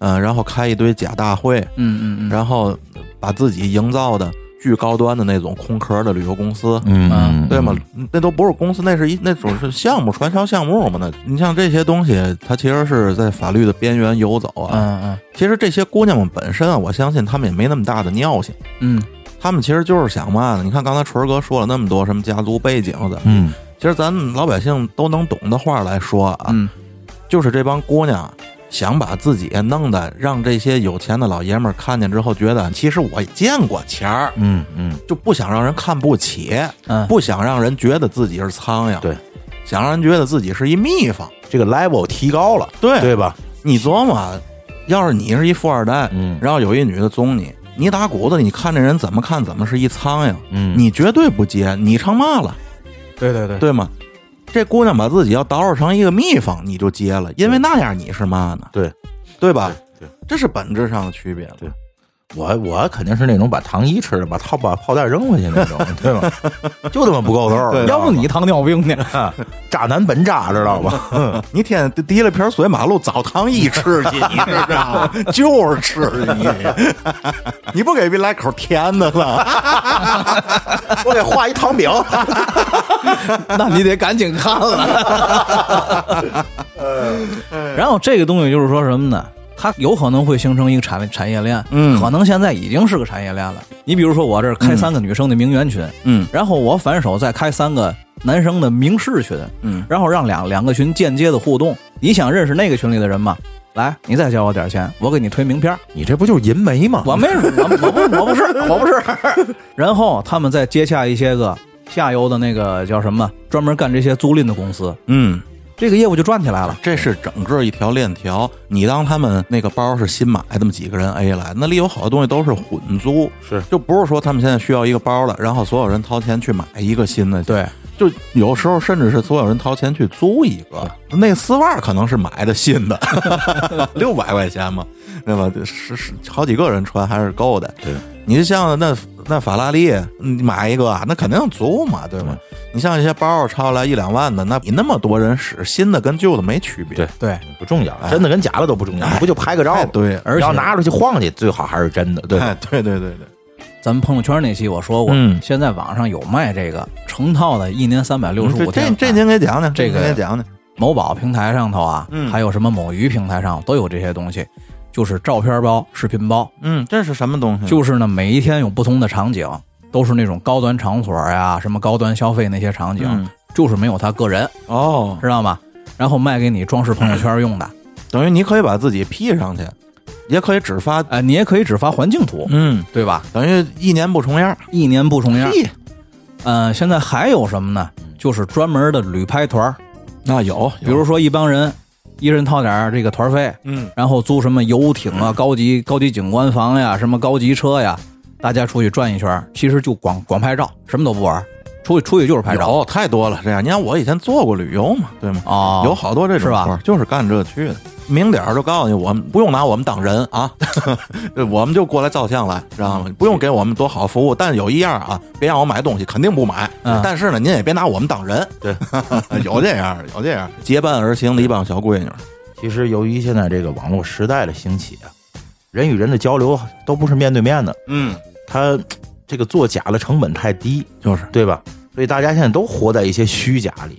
Speaker 1: 嗯、然后开一堆假大会，
Speaker 3: 嗯嗯嗯，
Speaker 1: 然后把自己营造的巨高端的那种空壳的旅游公司，
Speaker 2: 嗯
Speaker 1: 对吗？？那都不是公司，那是一那种是项目，传销项目嘛。那你像这些东西，它其实是在法律的边缘游走啊。
Speaker 3: 嗯
Speaker 1: 其实这些姑娘们本身啊，我相信她们也没那么大的尿性，
Speaker 3: 嗯
Speaker 1: 她们其实就是想嘛呢？你看刚才纯儿哥说了那么多什么家族背景的，
Speaker 2: 嗯
Speaker 1: 其实咱们老百姓都能懂的话来说啊，
Speaker 3: 嗯
Speaker 1: 就是这帮姑娘想把自己弄得让这些有钱的老爷们儿看见之后，觉得其实我也见过钱儿，
Speaker 2: 嗯嗯，
Speaker 1: 就不想让人看不起。
Speaker 3: 嗯，
Speaker 1: 不想让人觉得自己是苍蝇，
Speaker 2: 对，
Speaker 1: 想让人觉得自己是一蜜蜂。
Speaker 2: 这个 level 提高了，
Speaker 1: 对
Speaker 2: 对吧？
Speaker 1: 你琢磨，啊要是你是一富二代，
Speaker 2: 嗯
Speaker 1: 然后有一女的宗你，你打骨子，你看这人怎么看怎么是一苍蝇，
Speaker 2: 嗯
Speaker 1: 你绝对不接，你成嘛了，
Speaker 3: 对对对，
Speaker 1: 对吗？这姑娘把自己要捯饬成一个蜜蜂，你就接了，因为那样你是嘛呢？
Speaker 2: 对
Speaker 1: 对吧？
Speaker 2: 对对
Speaker 1: 这是本质上的区别了。
Speaker 2: 对我我肯定是那种把糖衣吃了，把套把炮弹扔回去那种，对吧？就他妈不啊够豆儿，
Speaker 3: 要不你糖尿病呢？
Speaker 2: 渣男本渣，知道吧？
Speaker 1: 你天天提了瓶水马路澡堂一吃去，你知道吗？就是吃你，你不给别来口甜的了？
Speaker 2: 我得画一糖饼，
Speaker 3: 那你得赶紧看了。 然后这个东西就是说什么呢？它有可能会形成一个产产业链，
Speaker 1: 嗯
Speaker 3: 可能现在已经是个产业链了。你比如说，我这儿开三个女生的名媛群，
Speaker 1: 嗯
Speaker 3: 然后我反手再开三个男生的名士群，
Speaker 1: 嗯
Speaker 3: 然后让两两个群间接的互动。你想认识那个群里的人吗？来，你再交我点钱，我给你推名片儿。
Speaker 2: 你这不就是银媒吗？
Speaker 3: 我没，我我不我不是我 不是。然后他们再接洽一些个下游的那个叫什么，专门干这些租赁的公司，
Speaker 1: 嗯，
Speaker 3: 这个业务就赚起来了。
Speaker 1: 这是整个一条链条。你当他们那个包是新买这么几个人 A 来，那里有好多东西都是混租，
Speaker 2: 是
Speaker 1: 就不是说他们现在需要一个包了，然后所有人掏钱去买一个新的，，
Speaker 3: 对，
Speaker 1: 就有时候甚至是所有人掏钱去租一个。那丝袜可能是买的新的， 六百块钱嘛，对吧？十十好几个人穿还是够的。
Speaker 2: 对，
Speaker 1: 你就像那那法拉利，你买一个啊那肯定租嘛，对吗？你像一些包抄来一两万的，那比那么多人使，新的跟旧的没区别。
Speaker 2: 对
Speaker 3: 对，
Speaker 2: 不重要，真的跟假的都不重要，你不就拍个照
Speaker 1: 太
Speaker 2: 吗？
Speaker 1: 对了，
Speaker 3: 而且
Speaker 2: 要拿出去晃去，最好还是真的，对吧
Speaker 1: 哎， 对对对对，
Speaker 3: 咱们朋友圈那期我说过，
Speaker 1: 嗯
Speaker 3: 现在网上有卖这个成套的，一年三百六十五
Speaker 1: 嗯这
Speaker 3: 天
Speaker 1: 这。这您给讲讲，
Speaker 3: 这个
Speaker 1: 您给讲讲，
Speaker 3: 某宝平台上头啊，
Speaker 1: 嗯
Speaker 3: 还有什么某鱼平台上都有这些东西，就是照片包、视频包，
Speaker 1: 嗯，这是什么东西？
Speaker 3: 就是呢每一天有不同的场景，都是那种高端场所呀、什么高端消费那些场景，
Speaker 1: 嗯
Speaker 3: 就是没有他个人，
Speaker 1: 哦，
Speaker 3: 知道吗？然后卖给你装饰朋友圈用的，
Speaker 1: 等于你可以把自己 P 上去，也可以只发，
Speaker 3: 呃，你也可以只发环境图，
Speaker 1: 嗯，
Speaker 3: 对吧？
Speaker 1: 等于一年不重样。
Speaker 3: 一年不重样。
Speaker 1: 嘿
Speaker 3: 嗯、现在还有什么呢？就是专门的旅拍团儿，
Speaker 1: 那有，
Speaker 3: 比如说一帮人，一人掏点儿这个团费，
Speaker 1: 嗯，
Speaker 3: 然后租什么游艇啊、高级高级景观房呀、什么高级车呀，大家出去转一圈儿，其实就光光拍照，什么都不玩儿，出去出去就是拍照。
Speaker 1: 有太多了。这样，你看我以前做过旅游嘛，对吗？
Speaker 3: 哦，
Speaker 1: 有好多这种
Speaker 3: 是吧
Speaker 1: 活儿就是干这去的。明点儿就告诉你，我们不用拿我们当人啊， 我们就过来照相来，知道吗？不用给我们多好服务，但有一样啊，别让我买东西，肯定不买。
Speaker 3: 嗯
Speaker 1: 但是呢，您也别拿我们当人。
Speaker 2: 对，
Speaker 1: 有这样的，有这样的结伴而行的一帮小闺女儿。
Speaker 2: 其实由于现在这个网络时代的兴起啊，人与人的交流都不是面对面的，
Speaker 1: 嗯，
Speaker 2: 它这个作假的成本太低，
Speaker 1: 就是
Speaker 2: 对吧？所以大家现在都活在一些虚假里，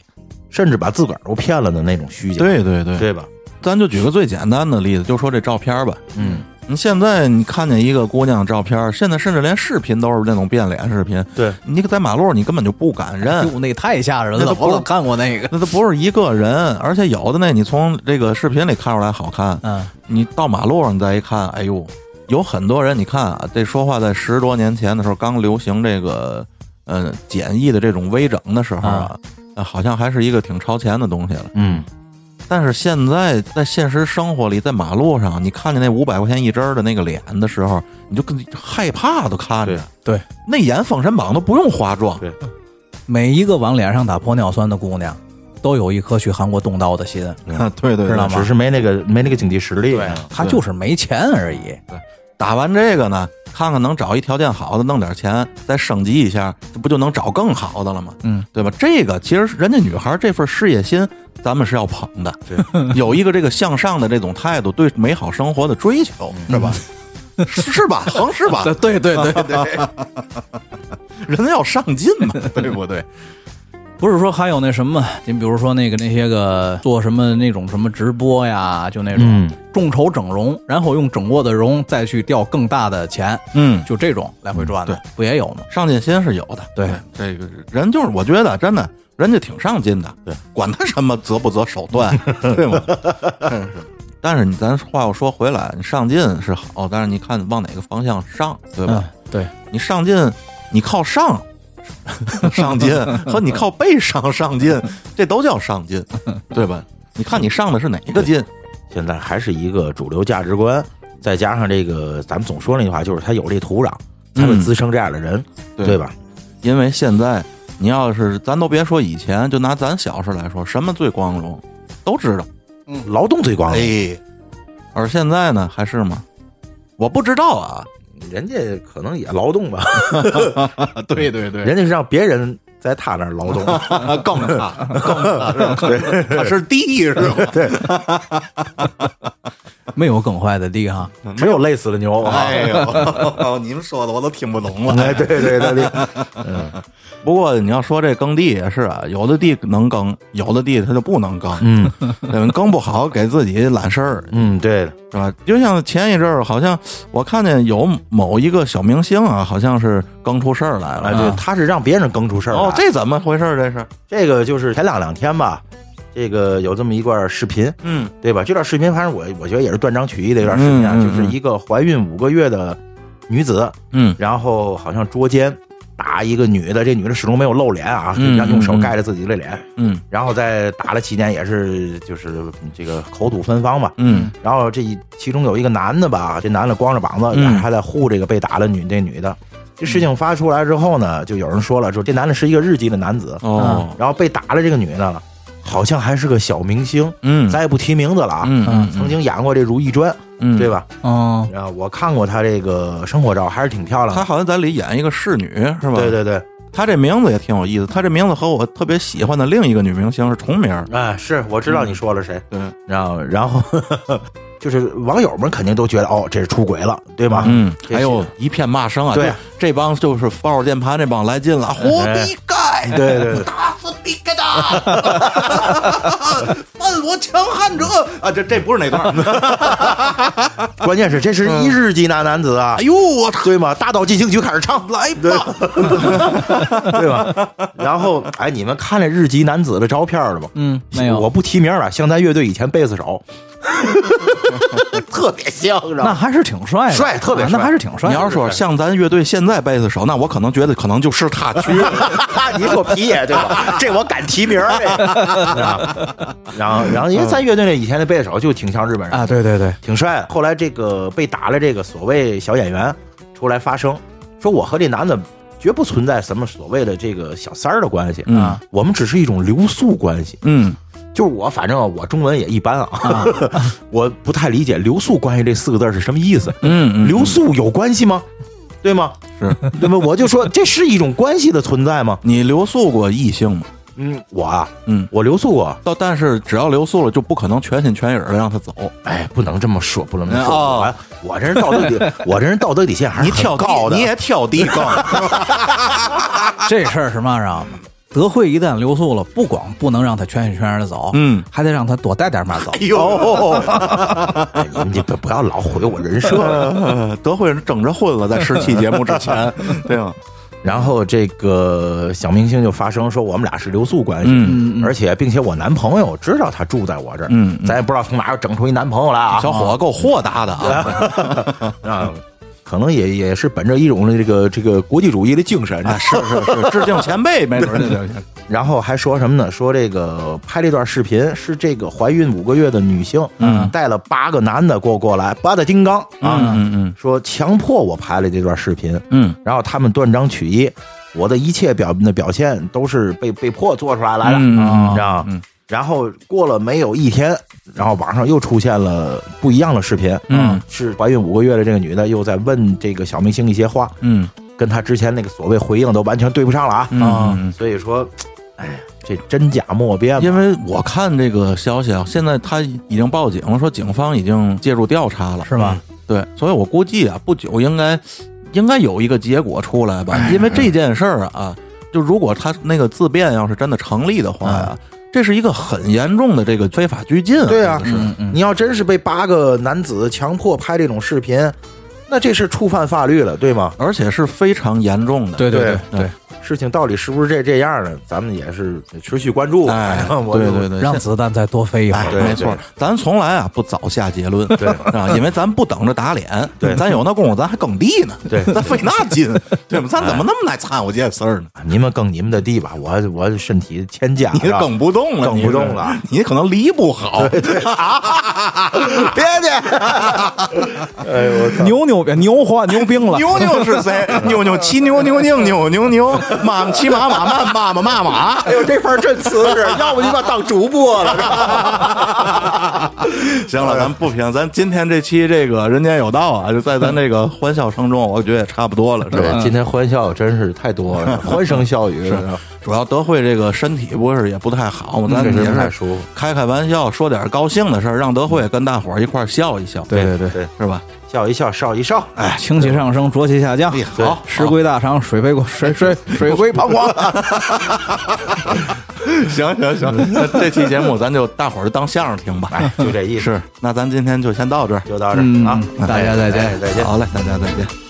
Speaker 2: 甚至把自个儿都骗了的那种虚假，
Speaker 1: 对对对，
Speaker 2: 对吧？
Speaker 1: 咱就举个最简单的例子，就说这照片儿吧。
Speaker 2: 嗯，
Speaker 1: 你现在你看见一个姑娘照片儿，现在甚至连视频都是那种变脸视频，
Speaker 2: 对，
Speaker 1: 你在马路上你根本就不敢认，
Speaker 3: 哟，那太吓人
Speaker 1: 那
Speaker 3: 了，
Speaker 1: 都不
Speaker 3: 我老看过那个。
Speaker 1: 那都不是一个人，而且有的呢，你从这个视频里看出来好看，
Speaker 3: 嗯，
Speaker 1: 你到马路上你再一看，哎呦，有很多人，你看啊，这说话在十多年前的时候，刚流行这个呃简易的这种微整的时候啊，呃好像还是一个挺超前的东西了。
Speaker 2: 嗯，
Speaker 1: 但是现在在现实生活里，在马路上，你看见那五百块钱一针儿的那个脸的时候，你就更害怕都看着。
Speaker 3: 对，
Speaker 1: 那演《封神榜》都不用化妆，
Speaker 2: 对，
Speaker 3: 每一个往脸上打玻尿酸的姑娘，都有一颗去韩国动刀的心，
Speaker 1: 对对对
Speaker 3: 知道吗
Speaker 2: 只是没那个没那个经济实力，啊
Speaker 3: 她就是没钱而已。
Speaker 1: 打完这个呢，看看能找一条件好的，弄点钱，再升级一下，这不就能找更好的了吗？
Speaker 3: 嗯，
Speaker 1: 对吧？这个其实人家女孩这份事业心，咱们是要捧的，对， 有一个这个向上的这种态度，对美好生活的追求，是吧？是是吧？横是 吧？
Speaker 3: 对对对对，
Speaker 1: 人家要上进嘛，对不对？
Speaker 3: 不是说还有那什么，您比如说那个那些个做什么那种什么直播呀，就那种
Speaker 2: 嗯
Speaker 3: 众筹整容，然后用整过的容再去钓更大的钱，
Speaker 1: 嗯，
Speaker 3: 就这种来回转的，不也有吗？
Speaker 1: 上进心是有的，
Speaker 3: 对，
Speaker 1: 这个人就是我觉得真的，人家挺上进的，
Speaker 2: 对，
Speaker 1: 管他什么择不择手段，对吗？真是但是你咱话又说回来，你上进是好，但是你看往哪个方向上，对吧？
Speaker 3: 嗯，对，
Speaker 1: 你上进，你靠上上进和你靠背上上进，这都叫上进，对吧？你看你上的是哪一个劲？
Speaker 2: 现在还是一个主流价值观，再加上这个咱们总说那句话，就是他有这土壤，才会
Speaker 1: 嗯
Speaker 2: 滋生这样的人，
Speaker 1: 对
Speaker 2: 对吧？
Speaker 1: 因为现在你要是咱都别说以前，就拿咱小时候来说，什么最光荣，都知道。
Speaker 2: 劳动最光荣，
Speaker 1: 哎，而现在呢，还是吗？我不知道啊。
Speaker 2: 人家可能也劳动吧，
Speaker 1: 对对对，
Speaker 2: 人家是让别人在他那儿劳动，
Speaker 1: 更大，更大，他是第一是 吧？
Speaker 3: 没有更坏的地哈。
Speaker 2: 没有累死的牛啊！
Speaker 1: 哎 呦，你们说的我都听不懂了。
Speaker 2: 哎，对对对对，
Speaker 1: 不过你要说这耕地也是啊，有的地能耕，有的地它就不能 耕。
Speaker 2: 嗯
Speaker 1: 嗯，耕不好给自己揽事儿，
Speaker 2: 嗯，对的，
Speaker 1: 是吧？就像前一阵儿，好像我看见有某一个小明星啊，好像是耕出事儿来了。
Speaker 2: 哎，
Speaker 1: 哦
Speaker 2: 对
Speaker 3: 啊，
Speaker 2: 他是让别人耕出事儿来
Speaker 1: 哦，这怎么回事儿？这是
Speaker 2: 这个就是前两两天吧，这个有这么一段视频，
Speaker 1: 嗯
Speaker 2: 对吧？这段视频，反正我我觉得也是断章取义的一段视频啊，
Speaker 1: 嗯嗯
Speaker 2: 就是一个怀孕五个月的女子，
Speaker 1: 嗯
Speaker 2: 然后好像捉奸打一个女的，这女的始终没有露脸啊，
Speaker 1: 嗯
Speaker 2: 然后用手
Speaker 1: 嗯嗯
Speaker 2: 盖着自己的脸，
Speaker 1: 嗯
Speaker 2: 然后在打了期间也是就是这个口吐芬芳吧。
Speaker 1: 嗯
Speaker 2: 然后这一其中有一个男的吧，这男的光着膀子，
Speaker 1: 嗯
Speaker 2: 还在护这个被打的女这女的。这事情发出来之后呢，就有人说了，说这男的是一个日籍的男子，
Speaker 1: 哦
Speaker 2: 然后被打的这个女的好像还是个小明星，
Speaker 1: 嗯
Speaker 2: 咱也不提名字了啊，
Speaker 1: 嗯嗯
Speaker 2: 曾经演过这《如懿传》，
Speaker 1: 嗯
Speaker 2: 对？吧？
Speaker 3: 哦，
Speaker 2: 然后我看过她这个生活照，还是挺漂亮
Speaker 1: 她
Speaker 2: 的。
Speaker 1: 好像在里演一个侍女是吧？
Speaker 2: 对对对，
Speaker 1: 她这名字也挺有意思，她这名字和我特别喜欢的另一个女明星是重名儿。
Speaker 2: 哎，是我知道你说了谁。
Speaker 1: 嗯对，
Speaker 2: 然后，然后 就是网友们肯定都觉得，哦，这是出轨了，对吧？
Speaker 1: 嗯，
Speaker 2: 这是
Speaker 1: 还有一片骂声啊！
Speaker 2: 对
Speaker 1: 这，这帮就是抱着键盘这帮来劲了，啊活逼盖，
Speaker 2: 哎对对对
Speaker 1: 打死逼盖的， 犯我强悍者啊！这这不是那段，
Speaker 2: 关键是这是一日籍男男子啊
Speaker 1: 哎，呦我操！
Speaker 2: 对吗？大道进行曲开始唱，
Speaker 1: 来吧，
Speaker 2: 对吧？然后，哎，你们看这日籍男子的照片了吗？
Speaker 3: 嗯，没有，
Speaker 2: 我不提名了。像咱乐队以前贝斯手，特别像，是
Speaker 3: 那
Speaker 2: 吧？
Speaker 3: 还是挺帅的，
Speaker 2: 帅特别
Speaker 3: 啊
Speaker 2: 帅
Speaker 3: 那还是挺 帅
Speaker 1: 你
Speaker 3: 的。
Speaker 1: 要说像咱乐队现在贝斯手，那我可能觉得可能就是他 去了。
Speaker 2: 你说皮爷对吧？这我敢提名儿这个。然后，然后，因为咱乐队那以前的贝斯手就挺像日本人
Speaker 3: 啊，对对对，
Speaker 2: 挺帅的。后来这个被打了这个所谓小演员出来发声，说我和这男的绝不存在什么所谓的这个小三儿的关系，啊
Speaker 1: 嗯
Speaker 2: 我们只是一种流宿关系。
Speaker 1: 嗯
Speaker 2: 就是我，反正我中文也一般啊， 我不太理解“流宿关系”这四个字是什么意思。
Speaker 1: 嗯
Speaker 2: 流宿有关系吗？对吗？
Speaker 1: 是，
Speaker 2: 那么我就说，这是一种关系的存在吗？
Speaker 1: 你留宿过异性吗？
Speaker 2: 嗯，我啊，
Speaker 1: 嗯，
Speaker 2: 我留宿过。
Speaker 1: 到但是只要留宿了，就不可能全心全意的让他走。
Speaker 2: 哎，不能这么说，不能这么说。
Speaker 1: 哦
Speaker 2: 我我这人道 德底，我这人道德底线还
Speaker 1: 你
Speaker 2: 是很
Speaker 1: 挑地
Speaker 2: 高的。
Speaker 1: 你也挑 地哎高。
Speaker 3: 这事儿是嘛让的？德惠一旦留宿了，不光不能让他圈一圈的走，
Speaker 1: 嗯
Speaker 3: 还得让他多带点嘛走。
Speaker 2: 哟，
Speaker 1: 哦
Speaker 2: 哎你你不不要老毁我人 设。
Speaker 1: 呃，德惠人整着婚了，在十期节目之 前，对吗？
Speaker 2: 然后这个小明星就发声说，我们俩是留宿关系。
Speaker 1: 嗯
Speaker 3: 嗯，
Speaker 2: 而且，并且我男朋友知道他住在我这儿，
Speaker 1: 嗯嗯
Speaker 2: 咱也不知道从哪儿整出一男朋友来啊，
Speaker 1: 小伙子够豁达的啊！
Speaker 2: 啊，可能也也是本着一种这个这个国际主义的精神，
Speaker 1: 啊，是是是，致敬前辈，没准儿这就
Speaker 2: 然后还说什么呢？说这个拍这段视频是这个怀孕五个月的女性，
Speaker 1: 嗯
Speaker 2: 带了八个男的过过来，八大金刚啊，
Speaker 1: 嗯嗯
Speaker 2: 说强迫我拍了这段视频，
Speaker 1: 嗯
Speaker 2: 然后他们断章取义，我的一切表的表现都是被被迫做出来来的，
Speaker 1: 嗯嗯
Speaker 2: 你知道吗？
Speaker 1: 嗯
Speaker 2: 然后过了没有一天，然后网上又出现了不一样的视频，
Speaker 1: 嗯
Speaker 2: 是怀孕五个月的这个女的又在问这个小明星一些话，
Speaker 1: 嗯
Speaker 2: 跟她之前那个所谓回应都完全对不上了啊，
Speaker 1: 嗯嗯
Speaker 2: 所以说，哎呀，这真假莫辨啊
Speaker 1: 嗯，
Speaker 2: 吧。
Speaker 1: 因为我看这个消息啊，现在他已经报警了，说警方已经介入调查了，嗯
Speaker 3: 是吧？
Speaker 1: 对，所以我估计啊，不久应该应该有一个结果出来吧，因为这件事儿啊，就如果他那个自辩要是真的成立的话呀，这是一个很严重的这个非法拘禁嗯啊，
Speaker 2: 对啊
Speaker 1: 这个是，
Speaker 2: 你要真是被八个男子强迫拍这种视频，那这是触犯法律了，对吗？
Speaker 1: 而且是非常严重的，
Speaker 3: 对对
Speaker 1: 对
Speaker 3: 对，
Speaker 2: 事情到底是不是这这样呢？咱们也是持续关注。
Speaker 1: 哎
Speaker 2: 反， 正我
Speaker 1: 对对对，
Speaker 3: 让子弹再多飞一会
Speaker 1: 哎，
Speaker 3: 儿。
Speaker 2: 对
Speaker 1: 没错，咱从来啊不早下结论，
Speaker 2: 对
Speaker 1: 啊，因为咱不等着打脸，
Speaker 2: 对
Speaker 1: 咱有那功夫咱还耕地呢，
Speaker 2: 对哎
Speaker 1: 咱费那 劲，对吧？咱怎么那么爱掺和这事儿呢？
Speaker 2: 你们耕你们的地吧，我我身体欠佳，
Speaker 1: 你
Speaker 2: 哎是吧
Speaker 1: 耕不动了，
Speaker 2: 耕不动了
Speaker 1: 你是，你可能犁不 好，
Speaker 2: 别介。哎呦我操！
Speaker 3: 牛牛牛化牛病了，
Speaker 1: 牛牛是 谁？牛牛骑牛牛宁牛牛牛，妈妈骑马马慢，妈妈骂 马。
Speaker 2: 哎呦，这份真瓷 实，要不你把当主播了。是吧
Speaker 1: 行了，咱不评，咱今天这期这个《人间有道》啊，就在咱这个欢笑声中，我觉得也差不多了，是吧？
Speaker 2: 对，今天欢笑真是太多了，欢声笑语，
Speaker 1: 主要德惠这个身体不是也嗯不太好嘛，咱
Speaker 2: 确
Speaker 1: 也
Speaker 2: 实不太
Speaker 1: 是
Speaker 2: 舒服。
Speaker 1: 开开玩笑，说点高兴的事儿，让德惠跟大伙儿一块儿笑一笑，
Speaker 2: 对对对，
Speaker 1: 是吧？
Speaker 2: 笑一笑，少一少。
Speaker 3: 哎，清气上升，浊气下降。
Speaker 1: 对
Speaker 3: 好，石龟大肠，水杯水水水龟膀胱。
Speaker 1: 行行行，那这期节目咱就大伙儿就当相声听吧。
Speaker 2: 哎，就这意思，
Speaker 1: 是，那咱今天就先到这儿，
Speaker 2: 就到这儿
Speaker 3: 嗯
Speaker 2: 啊，
Speaker 3: 大家再见
Speaker 2: 哎再见。
Speaker 1: 好嘞，大家再见。